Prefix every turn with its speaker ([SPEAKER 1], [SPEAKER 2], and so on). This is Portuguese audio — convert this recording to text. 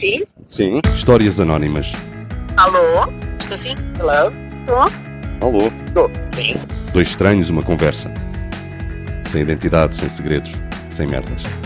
[SPEAKER 1] Sim.
[SPEAKER 2] Sim.
[SPEAKER 3] Histórias anónimas.
[SPEAKER 1] Alô? Estou sim? Hello? Estou?
[SPEAKER 2] Alô.
[SPEAKER 1] Estou. Sim.
[SPEAKER 3] Dois estranhos, uma conversa. Sem identidade, sem segredos, sem merdas.